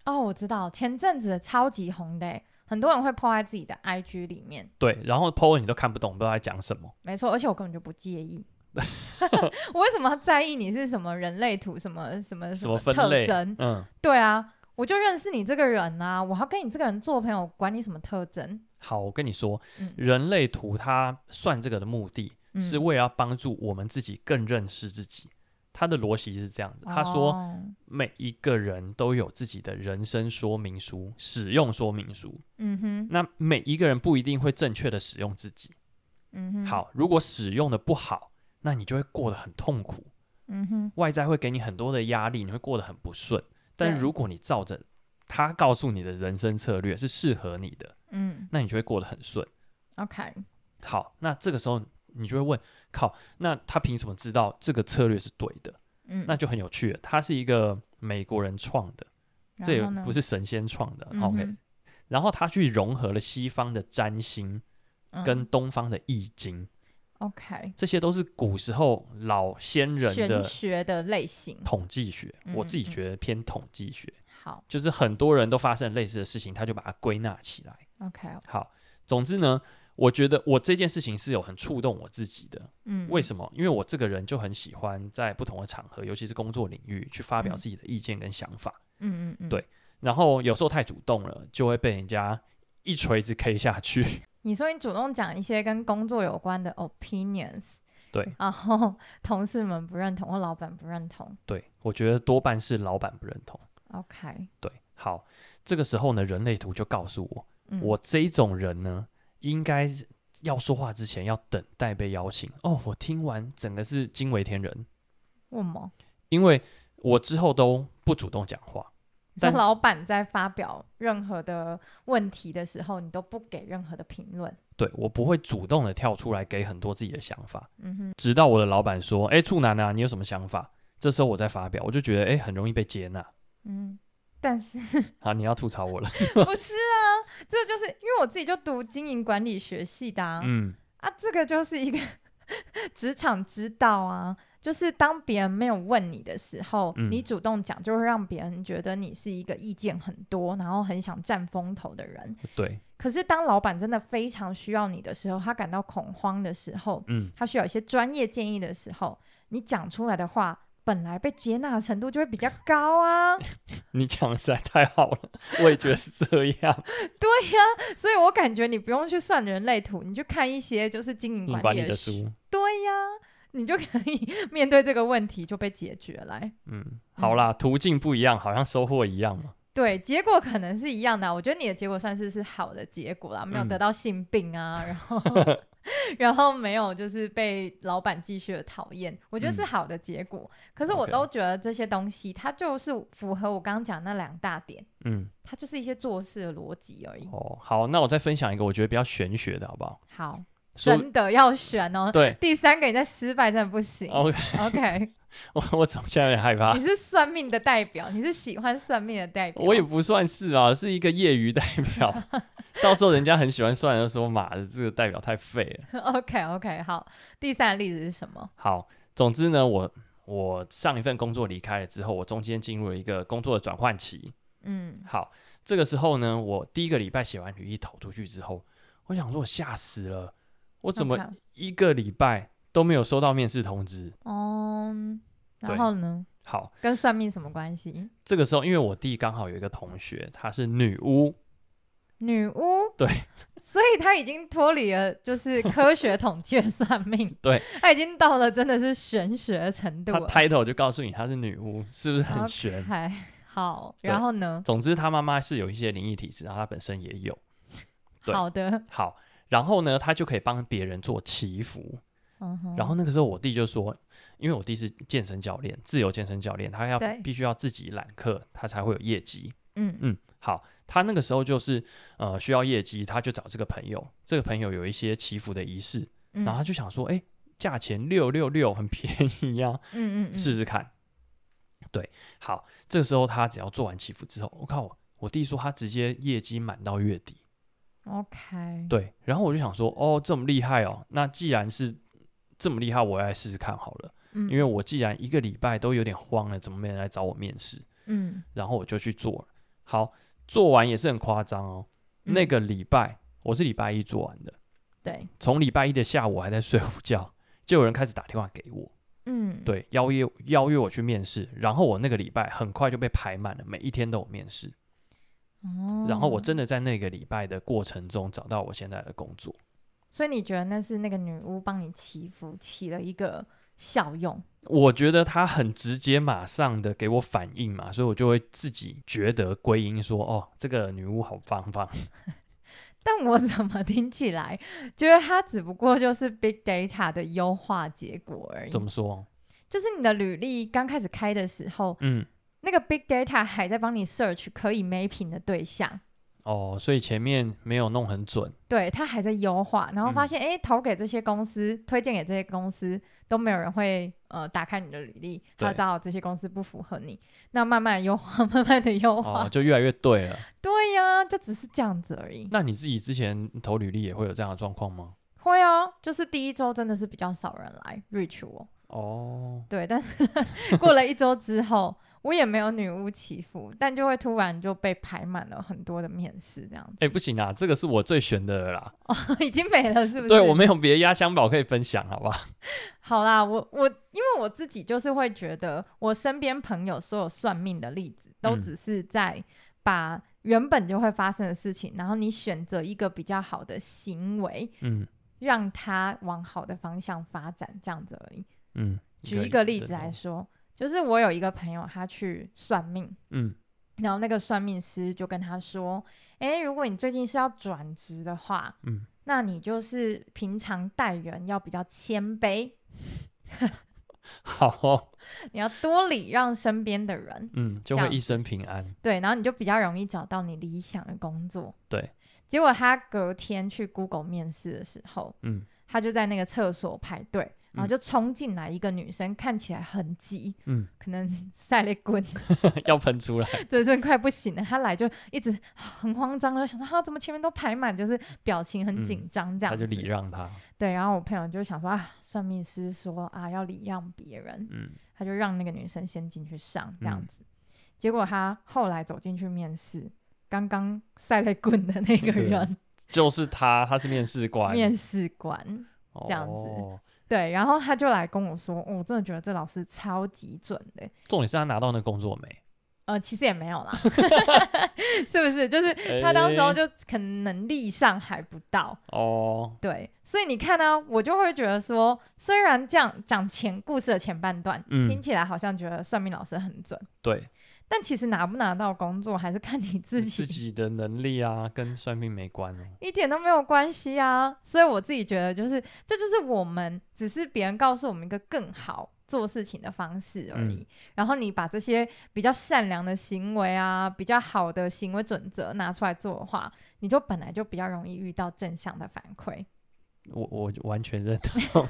Speaker 1: 哦，我知道，前阵子超级红的欸，很多人会 po 在自己的 IG 里面，
Speaker 2: 对，然后 PO 文你都看不懂，不知道在讲什么。
Speaker 1: 没错，而且我根本就不介意。 我为什么要在意你是什么人类图什么什么
Speaker 2: 什
Speaker 1: 么
Speaker 2: 么分
Speaker 1: 特
Speaker 2: 类
Speaker 1: 征？？
Speaker 2: 嗯，
Speaker 1: 对啊，我就认识你这个人啊，我还要跟你这个人做朋友，管你什么特征？
Speaker 2: 好，我跟你说，
Speaker 1: 嗯
Speaker 2: 人类图它算这个的目的
Speaker 1: 嗯
Speaker 2: 是为了要帮助我们自己更认识自己。他的逻辑是这样子，他说
Speaker 1: 哦
Speaker 2: 每一个人都有自己的人生说明书、使用说明书，
Speaker 1: 嗯哼，
Speaker 2: 那每一个人不一定会正确的使用自己。
Speaker 1: 嗯哼，，
Speaker 2: 好，如果使用的不好，那你就会过得很痛苦，
Speaker 1: 嗯哼，
Speaker 2: 外在会给你很多的压力，你会过得很不顺。但
Speaker 1: 对
Speaker 2: 如果你照着他告诉你的人生策略是适合你的，
Speaker 1: 嗯
Speaker 2: 那你就会过得很顺。
Speaker 1: ，OK，
Speaker 2: 好，那这个时候你就会问：靠，那他凭什么知道这个策略是对的？
Speaker 1: 嗯，
Speaker 2: 那就很有趣了。它是一个美国人创的，这也
Speaker 1: 然后呢
Speaker 2: 不是神仙创的。
Speaker 1: 嗯
Speaker 2: OK，
Speaker 1: 哼
Speaker 2: 然后他去融合了西方的占星
Speaker 1: 嗯
Speaker 2: 跟东方的易经，
Speaker 1: OK
Speaker 2: 这些都是古时候老先人
Speaker 1: 玄
Speaker 2: 的
Speaker 1: 学的类型，
Speaker 2: 统计学。我自己
Speaker 1: 嗯嗯
Speaker 2: 觉得偏统计学，
Speaker 1: 好
Speaker 2: 就是很多人都发生类似的事情，他就把它归纳起来。
Speaker 1: ，OK，
Speaker 2: 好，总之呢，我觉得我这件事情是有很触动我自己的。
Speaker 1: 嗯，
Speaker 2: 为什么？因为我这个人就很喜欢在不同的场合，尤其是工作领域，去发表
Speaker 1: 嗯
Speaker 2: 自己的意见跟想法。
Speaker 1: 嗯嗯嗯，
Speaker 2: 对然后有时候太主动了，就会被人家一锤子 K 下去。
Speaker 1: 你说你主动讲一些跟工作有关的 opinions，
Speaker 2: 对
Speaker 1: 然后 同事们不认同或老板不认同
Speaker 2: 对，我觉得多半是老板不认同。
Speaker 1: ，OK，
Speaker 2: 对，好，这个时候呢，人类图就告诉我，
Speaker 1: 嗯，
Speaker 2: 我这种人呢，应该是要说话之前要等待被邀请。哦，我听完整个是惊为天人，
Speaker 1: 问吗？
Speaker 2: 因为我之后都不主动讲话。
Speaker 1: 你说
Speaker 2: 但是
Speaker 1: 老板在发表任何的问题的时候，你都不给任何的评论，
Speaker 2: 对我不会主动的跳出来给很多自己的想法，
Speaker 1: 嗯哼，
Speaker 2: 直到我的老板说：“哎、处男啊，你有什么想法？”这时候我再发表，我就觉得哎、诶很容易被接纳。
Speaker 1: 嗯，但是
Speaker 2: 好，你要吐槽我了。
Speaker 1: 不是啊，这就是因为我自己就读经营管理学系的啊，
Speaker 2: 嗯，
Speaker 1: 啊，这个就是一个 职场之道啊，就是当别人没有问你的时候，
Speaker 2: 嗯
Speaker 1: 你主动讲，就会让别人觉得你是一个意见很多，然后很想占风头的人。
Speaker 2: 对，
Speaker 1: 可是当老板真的非常需要你的时候，他感到恐慌的时候，
Speaker 2: 嗯，
Speaker 1: 他需要一些专业建议的时候，你讲出来的话。本来被接纳的程度就会比较高啊，
Speaker 2: 你讲得实在太好了，我也觉得是这样。
Speaker 1: 所以我感觉你不用去算人类图，你去看一些就是经营
Speaker 2: 嗯你
Speaker 1: 管
Speaker 2: 管
Speaker 1: 理
Speaker 2: 理的
Speaker 1: 书
Speaker 2: 书，
Speaker 1: 对呀，你就可以 面对这个问题就被解决来。
Speaker 2: 嗯，好啦，途径不一样，好像收获一样嘛。
Speaker 1: 对，结果可能是一样的啊、我觉得你的结果算是是好的结果啦，没有
Speaker 2: 嗯
Speaker 1: 得到性病啊，然 后然后没有就是被老板继续的讨厌，我觉得是
Speaker 2: 嗯
Speaker 1: 好的结果。可是我
Speaker 2: OK
Speaker 1: 都觉得这些东西它就是符合我刚刚讲那两大点，
Speaker 2: 嗯，
Speaker 1: 它就是一些做事的逻辑而已。
Speaker 2: 哦，好，那我再分享一个我觉得比较玄学的，好不好？
Speaker 1: 好，
Speaker 2: 说
Speaker 1: 真的要选哦。
Speaker 2: 对
Speaker 1: 第三个你再失败真的不行。
Speaker 2: ，OK，
Speaker 1: OK，
Speaker 2: 我我怎么现在有点害怕
Speaker 1: 你？是算命的代表，你是喜欢算命的代表。
Speaker 2: 我也不算是啊，是一个业余代表。到时候人家很喜欢算的时候，妈的，这个代表太废了。
Speaker 1: OK OK，好，第三个例子是什么？
Speaker 2: 好，总之呢，我我上一份工作离开了之后，我中间进入了一个工作的转换期。
Speaker 1: 嗯
Speaker 2: 好，这个时候呢，我第一个礼拜写完履历投出去之后，我想说，我吓死了，我怎么
Speaker 1: OK
Speaker 2: 一个礼拜都没有收到面试通知？
Speaker 1: 哦，然
Speaker 2: 对
Speaker 1: 后呢，
Speaker 2: 好，
Speaker 1: 跟算命什么关系？
Speaker 2: 这个时候因为我弟刚好有一个同学，她是女巫，
Speaker 1: 女巫
Speaker 2: 对，
Speaker 1: 所以他已经脱离了就是科学统计的算命，
Speaker 2: 对，
Speaker 1: 他已经到了真的是玄学的程度
Speaker 2: 她
Speaker 1: 了。
Speaker 2: title 就告诉你她是女巫，是不是很玄？
Speaker 1: 还好，
Speaker 2: 对
Speaker 1: 然后呢？
Speaker 2: 总之，她妈妈是有一些灵异体质，然后她本身也有。对
Speaker 1: 好的，
Speaker 2: 好，然后呢，她就可以帮别人做祈福。
Speaker 1: 嗯哼，
Speaker 2: 然后那个时候我弟就说，因为我弟是健身教练，自由健身教练，他要
Speaker 1: 对
Speaker 2: 必须要自己揽客，他才会有业绩。
Speaker 1: 嗯
Speaker 2: 嗯，好，他那个时候就是呃需要业绩，他就找这个朋友，这个朋友有一些祈福的仪式，
Speaker 1: 嗯，
Speaker 2: 然后他就想说，哎、价钱六六六很便宜呀、
Speaker 1: 嗯嗯嗯
Speaker 2: 试试看。对，好，这个时候他只要做完祈福之后，我靠我，我弟说他直接业绩满到月底。
Speaker 1: ，OK，
Speaker 2: 对，然后我就想说，哦，这么厉害哦，那既然是这么厉害，我也来试试看好了。
Speaker 1: 嗯
Speaker 2: 因为我既然一个礼拜都有点慌了，怎么没人来找我面试？
Speaker 1: 嗯
Speaker 2: 然后我就去做了。好，做完也是很夸张哦。
Speaker 1: 嗯
Speaker 2: 那个礼拜我是礼拜一做完的，
Speaker 1: 对，
Speaker 2: 从礼拜一的下午我还在睡午觉， 就有人开始打电话给我，
Speaker 1: 嗯，
Speaker 2: 对，邀约邀约我去面试。然后我那个礼拜很快就被排满了，每一天都有面试。
Speaker 1: 哦，
Speaker 2: 然后我真的在那个礼拜的过程中找到我现在的工作。
Speaker 1: 所以你觉得那是那个女巫帮你祈福起了一个效用？
Speaker 2: 我觉得他很直接，马上的给我反应嘛，所以我就会自己觉得归因说，哦，这个女巫好棒棒。
Speaker 1: 但我怎么听起来觉得它只不过就是 big data 的优化结果而已？
Speaker 2: 怎么说？
Speaker 1: 就是你的履历刚开始开的时候，
Speaker 2: 嗯，
Speaker 1: 那个 big data 还在帮你 search 可以 mapping 的对象，
Speaker 2: 哦，所以前面没有弄很准，
Speaker 1: 对，它还在优化，然后发
Speaker 2: 嗯
Speaker 1: 现诶，投给这些公司，推荐给这些公司都没有人会呃打开你的履历，
Speaker 2: 对
Speaker 1: 他知道这些公司不符合你，那慢慢地优化，慢慢的优化，
Speaker 2: 哦，就越来越对了。
Speaker 1: 对呀、就只是这样子而已。
Speaker 2: 那你自己之前投履历也会有这样的状况吗？
Speaker 1: 会哦，就是第一周真的是比较少人来 reach 我，
Speaker 2: 哦，
Speaker 1: 对，但是 过了一周之后，我也没有女巫祈福，但就会突然就被排满了很多的面试，这样子、
Speaker 2: 哎、不行啊，这个是我最选的了啦。
Speaker 1: 已经没了，是不是？
Speaker 2: 对我没有别的压箱宝可以分享，好吧？
Speaker 1: 好啦，我我因为我自己就是会觉得，我身边朋友所有算命的例子，都
Speaker 2: 嗯
Speaker 1: 只是在把原本就会发生的事情，然后你选择一个比较好的行为，
Speaker 2: 嗯
Speaker 1: 让它往好的方向发展，这样子而已。
Speaker 2: 嗯，
Speaker 1: 举一个例子
Speaker 2: 对
Speaker 1: 来，说，就是我有一个朋友，他去算命，
Speaker 2: 嗯
Speaker 1: 然后那个算命师就跟他说：“诶，如果你最近是要转职的话，
Speaker 2: 嗯，
Speaker 1: 那你就是平常待人要比较谦卑，
Speaker 2: 好、哦，
Speaker 1: 你要多礼让身边的人，
Speaker 2: 嗯，
Speaker 1: 这
Speaker 2: 就会
Speaker 1: 样
Speaker 2: 一生平安。
Speaker 1: 对，然后你就比较容易找到你理想的工作。”
Speaker 2: 对。
Speaker 1: 结果他隔天去 Google 面试的时候，
Speaker 2: 嗯，
Speaker 1: 他就在那个厕所排队，然后
Speaker 2: 嗯
Speaker 1: 就冲进来一个女生，看起来很急，
Speaker 2: 嗯，
Speaker 1: 可能 晒了滚，
Speaker 2: 要喷出来。
Speaker 1: 对，真的快不行了。他来就一直很慌张，然后想说啊，怎么前面都排满，就是表情很紧张这样
Speaker 2: 他
Speaker 1: 子。
Speaker 2: 就礼让他，
Speaker 1: 对，然后我朋友就想说啊，算命师说啊要礼让别人，
Speaker 2: 嗯
Speaker 1: 他就让那个女生先进去上这样
Speaker 2: 嗯
Speaker 1: 子。结果他后来走进去面试，刚刚晒了滚的那个
Speaker 2: 对
Speaker 1: 人
Speaker 2: 就是他，他是面试官，
Speaker 1: 面试官，这样子
Speaker 2: 哦
Speaker 1: 对，然后他就来跟我说，哦我真的觉得这老师超级准的，
Speaker 2: 重点是他拿到那工作没？
Speaker 1: 呃，其实也没有 啦，是不是？就是他
Speaker 2: 哎
Speaker 1: 当时候就可能能力上还不到，
Speaker 2: 哦，
Speaker 1: 对，所以你看呢、我就会觉得说，虽然这样讲前故事的前半段，
Speaker 2: 嗯
Speaker 1: 听起来好像觉得算命老师很准，
Speaker 2: 对，
Speaker 1: 但其实拿不拿到工作还是看你自己，
Speaker 2: 自己的能力啊，跟算命没关哦。
Speaker 1: 一点都没有关系啊。所以我自己觉得，就是这就是我们只是别人告诉我们一个更好。做事情的方式而
Speaker 2: 嗯
Speaker 1: 已，然后你把这些比较善良的行为啊，比较好的行为准则拿出来做的话，你就本来就比较容易遇到正向的反馈。
Speaker 2: 我我完全认 同。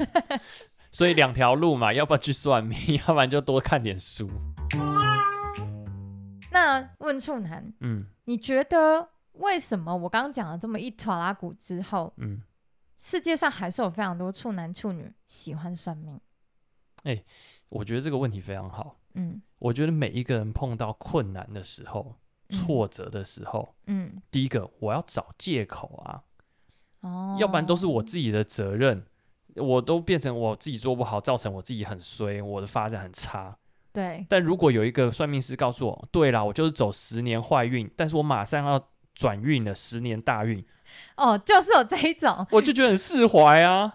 Speaker 2: 所以两条路嘛，要不然去算命， 要不然就多看点书。
Speaker 1: 那问处男，
Speaker 2: 嗯
Speaker 1: 你觉得为什么我刚刚讲了这么一坨拉古之后，
Speaker 2: 嗯，
Speaker 1: 世界上还是有非常多处男处女喜欢算命？
Speaker 2: 我觉得这个问题非常好。
Speaker 1: 嗯，
Speaker 2: 我觉得每一个人碰到困难的时候、
Speaker 1: 嗯
Speaker 2: 挫折的时候，
Speaker 1: 嗯，
Speaker 2: 第一个我要找借口啊，
Speaker 1: 哦，
Speaker 2: 要不然都是我自己的责任，我都变成我自己做不好，造成我自己很衰，我的发展很差。
Speaker 1: 对，
Speaker 2: 但如果有一个算命师告诉我，对啦，我就是走十年坏运，但是我马上要转运了，十年大运，
Speaker 1: 哦，就是有这一种，
Speaker 2: 我就觉得很释怀啊。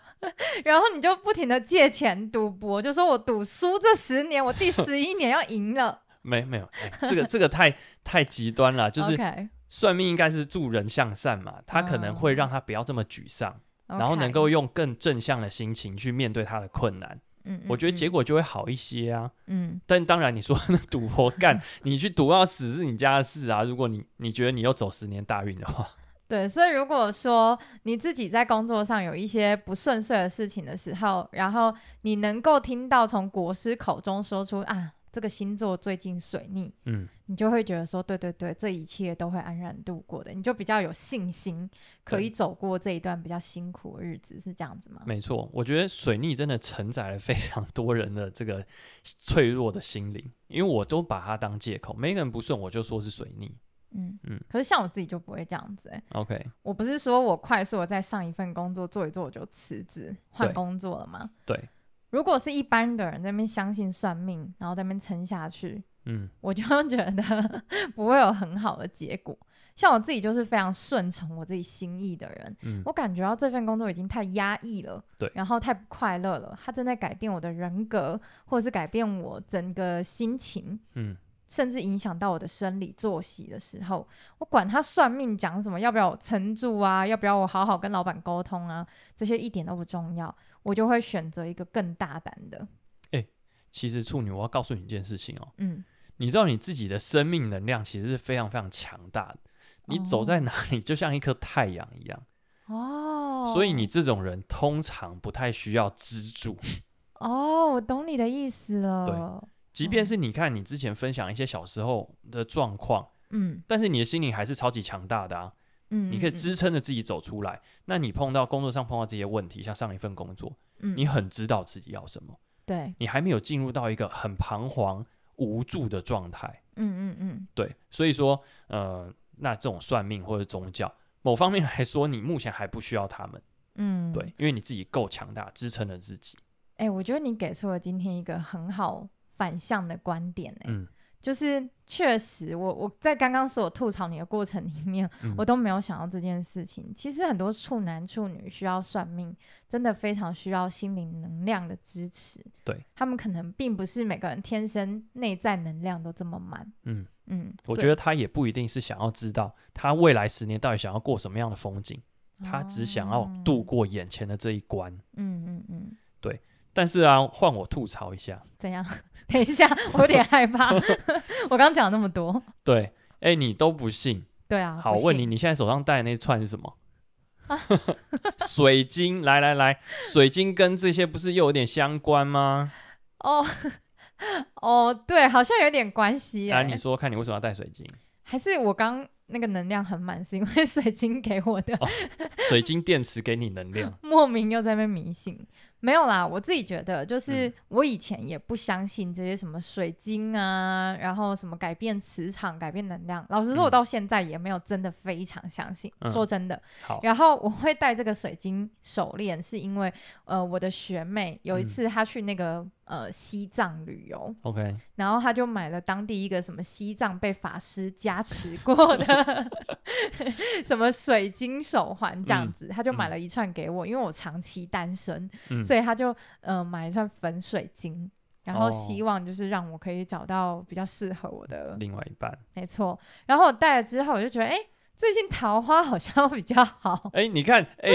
Speaker 1: 然后你就不停的借钱赌博，就说我赌输这十年，我 第十一年要赢了。
Speaker 2: 没没有，哎这个这个太太极端了，就是
Speaker 1: OK，,
Speaker 2: 算命应该是助人向善嘛，他可能会
Speaker 1: 嗯
Speaker 2: 让他不要这么沮丧。然后能够，用更正向的心情去面对他的困难，
Speaker 1: 嗯嗯
Speaker 2: 我觉得结
Speaker 1: 嗯
Speaker 2: 果就会好一些啊。
Speaker 1: 嗯
Speaker 2: 但当然，你说那赌博干，你去赌到死是你家的事啊。如果你你觉得你又走十年大运 的话，
Speaker 1: 对，所以如果说你自己在工作上有一些不顺遂的事情的时候，然后你能够听到从国师口中说出啊，这个星座最近水逆，
Speaker 2: 嗯，
Speaker 1: 你就会觉得说，对对对，这一切都会安然度过的，你就比较有信心可以
Speaker 2: 对
Speaker 1: 走过这一段比较辛苦的日子，是这样子吗？
Speaker 2: 没错，我觉得水逆真的承载了非常多人的这个脆弱的心灵，因为我都把它当借口，每个人不顺我就说是水逆。
Speaker 1: 嗯
Speaker 2: 嗯
Speaker 1: 可是像我自己就不会这样子、欸，
Speaker 2: OK，
Speaker 1: 我不是说我快速的在上一份工作做一做我就辞职换
Speaker 2: 对
Speaker 1: 工作了吗？
Speaker 2: 对，
Speaker 1: 如果是一般的人在那边相信算命，然后在那边撑下去，
Speaker 2: 嗯
Speaker 1: 我就觉得不会有很好的结果。像我自己就是非常顺从我自己心意的人，
Speaker 2: 嗯
Speaker 1: 我感觉到这份工作已经太压抑了，
Speaker 2: 对
Speaker 1: 然后太不快乐了，它正在改变我的人格，或者是改变我整个心情，
Speaker 2: 嗯，
Speaker 1: 甚至影响到我的生理作息的时候，我管他算命讲什么，要不要我撑住啊，要不要我好好跟老板沟通啊，这些一点都不重要，我就会选择一个更大胆的，
Speaker 2: 其实处女，我要告诉你一件事情哦，
Speaker 1: 嗯，
Speaker 2: 你知道你自己的生命能量其实是非常非常强大的，你走
Speaker 1: 哦
Speaker 2: 在哪里就像一颗太阳一样，
Speaker 1: 哦，
Speaker 2: 所以你这种人通常不太需要支柱。
Speaker 1: 哦，我懂你的意思了，
Speaker 2: 即
Speaker 1: 嗯
Speaker 2: 便是你看你之前分享一些小时候的状况，
Speaker 1: 嗯
Speaker 2: 但是你的心灵还是超级强大的啊，
Speaker 1: 嗯，
Speaker 2: 你可以
Speaker 1: 嗯，
Speaker 2: 支撑着自己走出来。那你碰到工作上碰到这些问题，像上一份工作，
Speaker 1: 嗯
Speaker 2: 你很知道自己要什么，
Speaker 1: 对，
Speaker 2: 你还没有进入到一个很彷徨无助的状态。
Speaker 1: 嗯嗯嗯，
Speaker 2: 对，所以说，呃，那这种算命或者宗教，某方面来说，你目前还不需要他们，
Speaker 1: 嗯，
Speaker 2: 对，因为你自己够强大，支撑了自己。
Speaker 1: 哎、我觉得你给出了今天一个很好反向的观点、哎、
Speaker 2: 嗯
Speaker 1: 就是确实我，我在刚刚是我吐槽你的过程里 面，
Speaker 2: 嗯
Speaker 1: 我都没有想到这件事情。其实很多处男处女需要算命，真的非常需要心灵能量的支持。
Speaker 2: 对，
Speaker 1: 他们可能并不是每个人天生内在能量都这么满。
Speaker 2: 嗯，
Speaker 1: 嗯，
Speaker 2: 我
Speaker 1: 所
Speaker 2: 觉得他也不一定是想要知道他未来十年到底想要过什么样的风景，
Speaker 1: 以哦
Speaker 2: 他只想要度。过眼前的这一关。
Speaker 1: 嗯嗯嗯，
Speaker 2: 但是啊，换我吐槽一下，
Speaker 1: 怎样？ 等一下，我有点害怕。 我刚讲了那么多，对，
Speaker 2: 哎、你都不信，
Speaker 1: 对啊。
Speaker 2: 好，
Speaker 1: 不
Speaker 2: 我问你，
Speaker 1: 信，啊
Speaker 2: 你现在手上戴的那串是什么？ 水晶，来来来，水晶跟这些不是又有点相关吗？
Speaker 1: 哦哦，对，好 像有点关系、欸。
Speaker 2: 来、啊你说看你为什么要戴水晶？
Speaker 1: 还是我刚那个能量很满，是因为 水晶给我的，。
Speaker 2: 水晶电池给你能量
Speaker 1: 莫名又在那边迷信。没有啦，我自己觉得，就是
Speaker 2: 嗯
Speaker 1: 我以前也不相信这些什么水晶啊，然后什么改变磁场、改变能量。老实说，
Speaker 2: 嗯
Speaker 1: 我到现在也没有真的非常相信。
Speaker 2: 嗯
Speaker 1: 说真的，
Speaker 2: 好，
Speaker 1: 然后我会戴这个水晶手链，是因为呃，我的学妹有一
Speaker 2: 嗯
Speaker 1: 次她去那个、呃西藏旅游，
Speaker 2: OK，
Speaker 1: 然后他就买了当地一个什么西藏被法师加持过 的什么水晶手环这样子，他就买了一串给我，因为我长期单身，
Speaker 2: 嗯
Speaker 1: 所以他就呃买一串粉水晶，然后
Speaker 2: 哦
Speaker 1: 希望就是让我可以找到比较适合我的，
Speaker 2: 另外一半，
Speaker 1: 没错。然后我戴了之后，我就觉得哎。诶最近桃花好像比较好，
Speaker 2: 哎、你看，哎、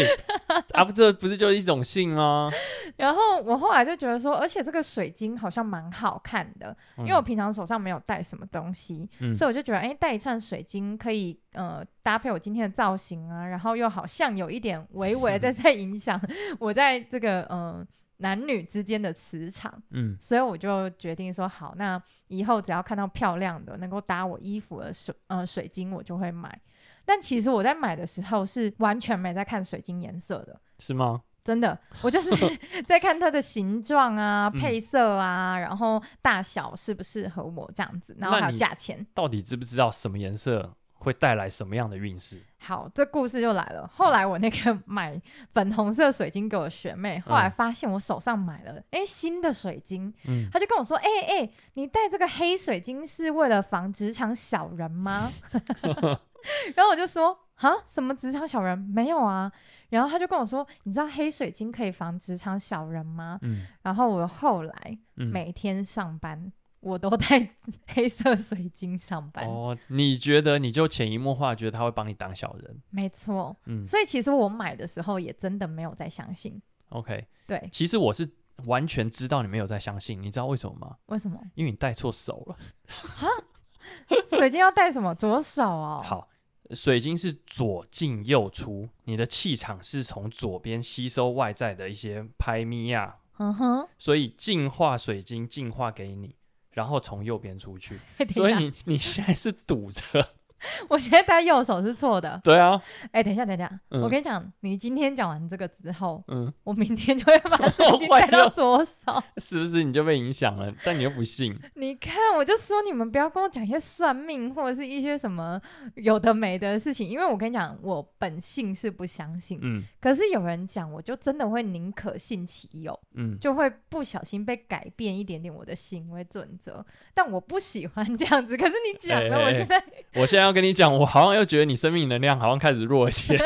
Speaker 2: 啊，不，这不是就是一种性吗？
Speaker 1: 然后我后来就觉得说，而且这个水晶好像蛮好看的，
Speaker 2: 嗯
Speaker 1: 因为我平常手上没有带什么东西，
Speaker 2: 嗯
Speaker 1: 所以我就觉得，哎、带一串水晶可以呃搭配我今天的造型啊，然后又好像有一点微微的 在影响我在这个呃男女之间的磁场，
Speaker 2: 嗯
Speaker 1: 所以我就决定说，好，那以后只要看到漂亮的能够搭我衣服的水呃水晶，我就会买。但其实我在买的时候是完全没在看水晶颜色的，
Speaker 2: 是吗？
Speaker 1: 真的，我 就是在看它的形状啊、
Speaker 2: 嗯
Speaker 1: 配色啊，然后大小适不适合我这样子，然后
Speaker 2: 那
Speaker 1: 还有
Speaker 2: 你
Speaker 1: 价钱。
Speaker 2: 到底知不知道什么颜色会带来什么样的运势？
Speaker 1: 好，这故事就来了。后来我那个买粉红色水晶给我学妹，后来
Speaker 2: 嗯
Speaker 1: 发现我手上买了诶新的水晶，
Speaker 2: 嗯，
Speaker 1: 她就跟我说：“哎、诶哎、你戴这个黑水晶是为了防职场小人吗？” 然后我就说：“啊，什么职场小人？没有啊。”然后她就跟我说：“你知道黑水晶可以防职场小人吗？”
Speaker 2: 嗯
Speaker 1: 然后我后来
Speaker 2: 嗯
Speaker 1: 每天上班，我都 带黑色水晶上班，
Speaker 2: 哦，你觉得你就潜移默化觉得他会帮你当小人？
Speaker 1: 没错。
Speaker 2: 嗯
Speaker 1: 所以其实我买的时候也真的没有再相信，
Speaker 2: ，OK，
Speaker 1: 对，
Speaker 2: 其实我是完全知道你没有在相信，你知道为什么吗？
Speaker 1: 为什么
Speaker 2: 因为你戴错手了。
Speaker 1: 水晶要戴什么左手哦？
Speaker 2: 好，水晶是左进右出，你的气场是从左边吸收外在的一些拍咪呀、
Speaker 1: 嗯哼，
Speaker 2: 所以净化水晶净化给你，然后从右边出去。
Speaker 1: 哎等一
Speaker 2: 所以
Speaker 1: 下
Speaker 2: 你 你现在是堵着，
Speaker 1: 我现在戴右手是错的。
Speaker 2: 对啊，
Speaker 1: 哎、等一下，等一下，
Speaker 2: 嗯
Speaker 1: 我跟你讲，你今天讲完这个之后，
Speaker 2: 嗯，
Speaker 1: 我明天就会 把水晶
Speaker 2: 坏
Speaker 1: 戴到
Speaker 2: 了
Speaker 1: 左手。
Speaker 2: 是不是你就被影响了？但你又 不信，
Speaker 1: 你看，我就说你们不要跟我讲一些算命或者是一些什么有的没的事情，因为我跟你讲，我本性是不相信。
Speaker 2: 嗯
Speaker 1: 可是有人讲，我就真的会宁可信其有，
Speaker 2: 嗯，
Speaker 1: 就会不小心被改变一点点我的行为准则。但我不喜欢这样子。可是你讲了，
Speaker 2: 哎哎哎
Speaker 1: 我现在
Speaker 2: 我现在要跟你讲，我好像又觉得你生命能量好像开始弱一点。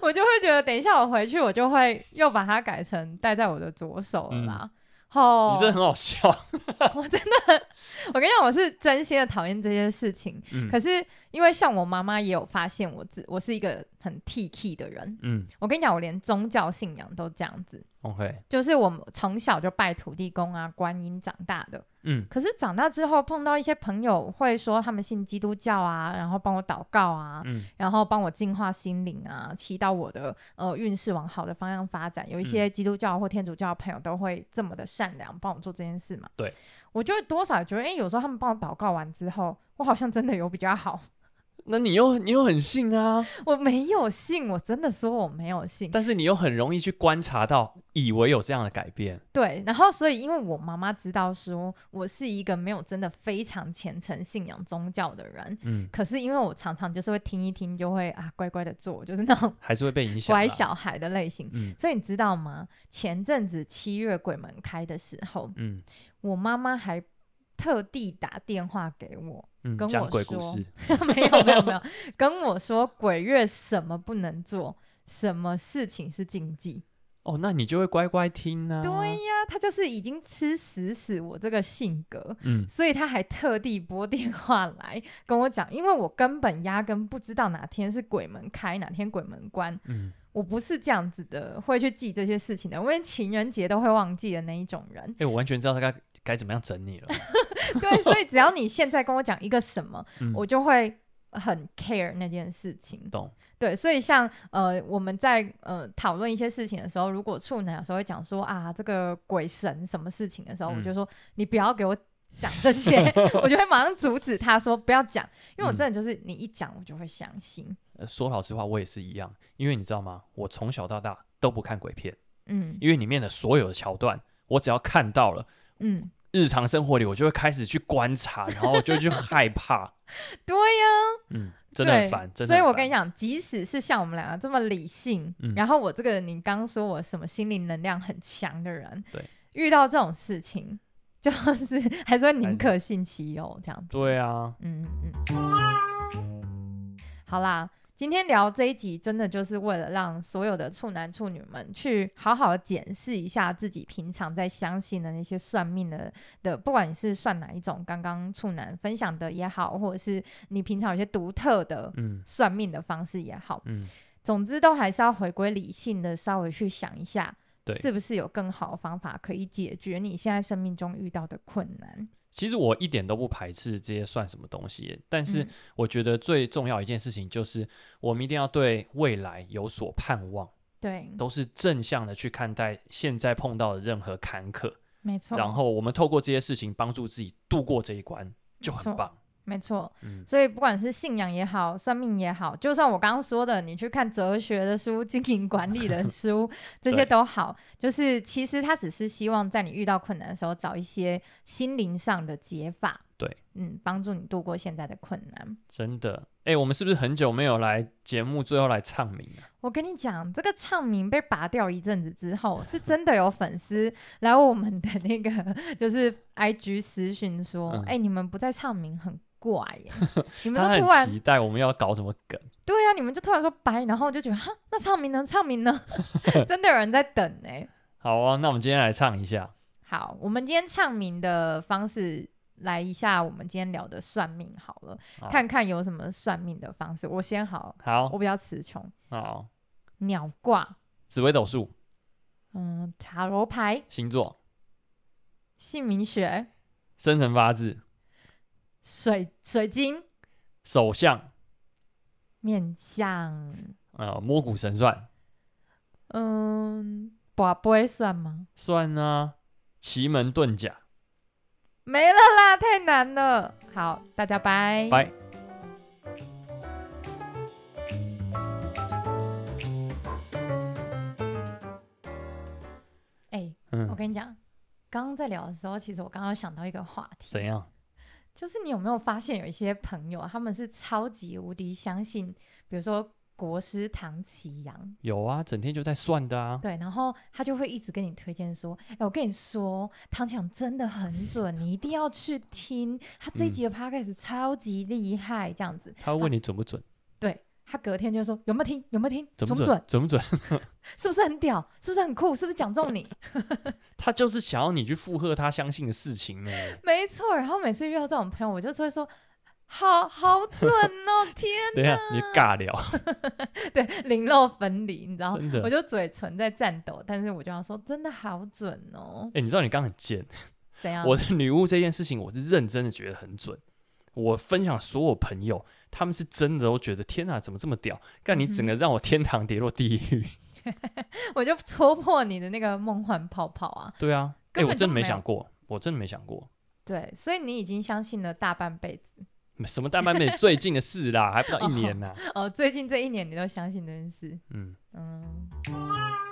Speaker 1: 我就会觉得，等一下我回去，我就会又把它改成戴在我的左手了啦。哦，
Speaker 2: 嗯你真的很好笑。
Speaker 1: 我真的，我跟你讲，我是真心的讨厌这些事情。
Speaker 2: 嗯
Speaker 1: 可是因为像我妈妈也有发现我自我是一个很 T K 的人。
Speaker 2: 嗯
Speaker 1: 我跟你讲，我连宗教信仰都这样子，
Speaker 2: ，OK，
Speaker 1: 就是我们从小就拜土地公啊、观音长大的。
Speaker 2: 嗯
Speaker 1: 可是长大之后碰到一些朋友会说他们信基督教啊，然后帮我祷告啊，
Speaker 2: 嗯
Speaker 1: 然后帮我净化心灵啊，祈祷我的呃运势往好的方向发展。有一些基督教或天主教的朋友都会这么的善良，帮我做这件事嘛。
Speaker 2: 对，
Speaker 1: 我就会多少觉得，哎、有时候他们帮我祷告完之后，我好像真的有比较好。
Speaker 2: 那你又你又很信啊，
Speaker 1: 我没有信，我真的说我没有信。
Speaker 2: 但是你又很容易去观察到，以为有这样的改变。
Speaker 1: 对，然后所以因为我妈妈知道说我是一个没有真的非常虔诚信仰宗教的人，
Speaker 2: 嗯，
Speaker 1: 可是因为我常常就是会听一听，就会啊乖乖的做，就是那种
Speaker 2: 还是会被影响。啊
Speaker 1: 乖。小孩的类型。
Speaker 2: 嗯
Speaker 1: 所以你知道吗？前阵子七月鬼门开的时候，
Speaker 2: 嗯
Speaker 1: 我妈妈还特地打电话给我，
Speaker 2: 嗯，
Speaker 1: 跟
Speaker 2: 讲
Speaker 1: 我
Speaker 2: 鬼
Speaker 1: 说
Speaker 2: 故事。
Speaker 1: 没有没有没有，跟我说鬼月什么不能做，什么事情是禁忌。
Speaker 2: 哦，那你就会乖乖听啊。
Speaker 1: 对呀、她就是已经吃死死我这个性格。
Speaker 2: 嗯
Speaker 1: 所以她还特地拨电话来跟我讲，因为我根本压根不知道哪天是鬼门开，哪天鬼门关，
Speaker 2: 嗯
Speaker 1: 我不是这样子的，会去记这些事情的。我连情人节都会忘记的那一种人
Speaker 2: 哎、。我完全知道他该该怎么样整你 了。
Speaker 1: 对，所以只要你现在跟我讲一个什么，
Speaker 2: 嗯
Speaker 1: 我就会很 care 那件事情。
Speaker 2: 懂。
Speaker 1: 对，所以像呃，我们在呃讨论一些事情的时候，如果处男有时候会讲说啊，这个鬼神什么事情的时候，
Speaker 2: 嗯
Speaker 1: 我就说你不要给我讲这些， 我就会马上阻止他说不要讲，因
Speaker 2: 嗯
Speaker 1: 为我真的就是你一讲我就会相信。
Speaker 2: 呃说老实话，我也是一样，因为你知道吗？我从小到大都不看鬼片，
Speaker 1: 嗯
Speaker 2: 因为里面的所有的桥段，我只要看到了。
Speaker 1: 嗯，
Speaker 2: 日常生活里，我就会开始去观察，然后就去害怕，
Speaker 1: 对呀、
Speaker 2: 嗯，真的很
Speaker 1: 对
Speaker 2: 烦，真的。
Speaker 1: 所以我跟你，讲，即使是像我们两个这么理性，
Speaker 2: 嗯
Speaker 1: 然后我这个你刚说我什么心灵能量很强的人，
Speaker 2: 对，
Speaker 1: 遇到这种事情， 就是还是会
Speaker 2: 还是
Speaker 1: 宁可信其有这样子。
Speaker 2: 对啊，
Speaker 1: 嗯嗯。好啦，今天聊这一集，真的就是为了让所有的处男处女们去好好检视一下自己平常在相信的那些算命的的，不管你是算哪一种，刚刚处男分享的也好，或者是你平常有些独特的
Speaker 2: 嗯
Speaker 1: 算命的方式也好，
Speaker 2: 嗯，
Speaker 1: 总之都还是要回归理性的，稍微去想一下。
Speaker 2: 对
Speaker 1: 是不是有更好的方法可以解决你现在生命中遇到的困难？
Speaker 2: 其实我一点都不排斥这些算什么东西，但是
Speaker 1: 嗯
Speaker 2: 我觉得最重要一件事情就是，我们一定要对未来有所盼望，
Speaker 1: 对，
Speaker 2: 都是正向的去看待现在碰到的任何坎坷，
Speaker 1: 没错。
Speaker 2: 然后我们透过这些事情帮助自己度过这一关，就
Speaker 1: 没错
Speaker 2: 很棒。
Speaker 1: 没错，
Speaker 2: 嗯
Speaker 1: 所以不管是信仰也好，生命也好，就算我刚刚说的，你去看哲学的书、 经营管理的书，这些
Speaker 2: 对
Speaker 1: 都好，就是其实他只是希望在你遇到困难的时候，找一些心灵上的解法，
Speaker 2: 对，
Speaker 1: 嗯，帮助你度过现在的困难。
Speaker 2: 真的，哎、我们是不是很久没有来节目最后来唱名啊？
Speaker 1: 我跟你讲，这个唱名被拔掉一阵子之后，是真的有粉丝来我们的那个就是 IG 私讯说，哎、
Speaker 2: 嗯
Speaker 1: 你们不再唱名很怪 耶，你们
Speaker 2: 他
Speaker 1: 都突然
Speaker 2: 很期待我们要搞什么梗，
Speaker 1: 对啊，你们就突然说白，然后我就觉得哈，那唱名呢？唱名呢？ 真的有人在等哎、
Speaker 2: 好啊，那我们今天来唱一下。
Speaker 1: 好，我们今天唱名的方式来一下，我们今天聊的算命好了，
Speaker 2: 好
Speaker 1: 看看有什么算命的方式。我先好，
Speaker 2: 好
Speaker 1: 我比较词穷，
Speaker 2: 好，
Speaker 1: 鸟卦，
Speaker 2: 紫微斗数
Speaker 1: 嗯，塔罗牌，
Speaker 2: 星座
Speaker 1: 姓名学，
Speaker 2: 生辰八字
Speaker 1: 水水晶，
Speaker 2: 手相
Speaker 1: 面相，
Speaker 2: 呃摸骨神算
Speaker 1: 嗯，卜龟算吗？
Speaker 2: 算啊，奇门遁甲。
Speaker 1: 没了啦，太难了。好，大家拜
Speaker 2: 拜
Speaker 1: 哎、我
Speaker 2: 嗯，
Speaker 1: 跟你讲，刚刚在聊的时候，其实我刚刚有想到一个话题，
Speaker 2: 怎样？
Speaker 1: 就是你有没有发现有一些朋友，他们是超级无敌相信，比如说国师唐启阳，
Speaker 2: 有啊，整天就在算的啊。
Speaker 1: 对，然后他就会一直跟你推荐说，哎，我跟你说，唐启阳真的很准，你一定要去听，他这一
Speaker 2: 嗯
Speaker 1: 集的 podcast 超级厉害，这样子。
Speaker 2: 他会问你准不准，
Speaker 1: 对他隔天就说有没有听，有没有听，
Speaker 2: 准
Speaker 1: 不
Speaker 2: 不
Speaker 1: 啊准，
Speaker 2: 准，准不 准？
Speaker 1: 是不是很屌，是不是很酷，是不是讲中你？
Speaker 2: 他就是想要你去附和他相信的事情呢。
Speaker 1: 没错，然后每次遇到这种朋友，我就会说。好好准哦！天
Speaker 2: 等一下，啊你尬聊，
Speaker 1: 对，零落分离，你知道，
Speaker 2: 真的
Speaker 1: 我就嘴唇在颤抖，但是我就要说，真的好准哦
Speaker 2: 哎、，你知道你刚刚很贱，
Speaker 1: 怎样？
Speaker 2: 我的女巫这件事情，我是认真的觉得很准。我分享所有朋友，他们是真的都觉得天哪，啊怎么这么屌？干你整个让我天堂跌落地
Speaker 1: 嗯
Speaker 2: 狱。
Speaker 1: 我就戳破你的那个梦幻泡泡啊！
Speaker 2: 对啊，哎、
Speaker 1: 根
Speaker 2: 我
Speaker 1: 本
Speaker 2: 真的
Speaker 1: 就
Speaker 2: 没
Speaker 1: 没
Speaker 2: 想
Speaker 1: 有
Speaker 2: 过，我真的没想过，
Speaker 1: 对，所以你已经相信了大半辈子
Speaker 2: 什么大半辈子最近的事
Speaker 1: 哦
Speaker 2: 啦，还不到一年呢、
Speaker 1: 哦，最近这一年你都相信这件事，
Speaker 2: 嗯，
Speaker 1: 嗯。
Speaker 3: Thank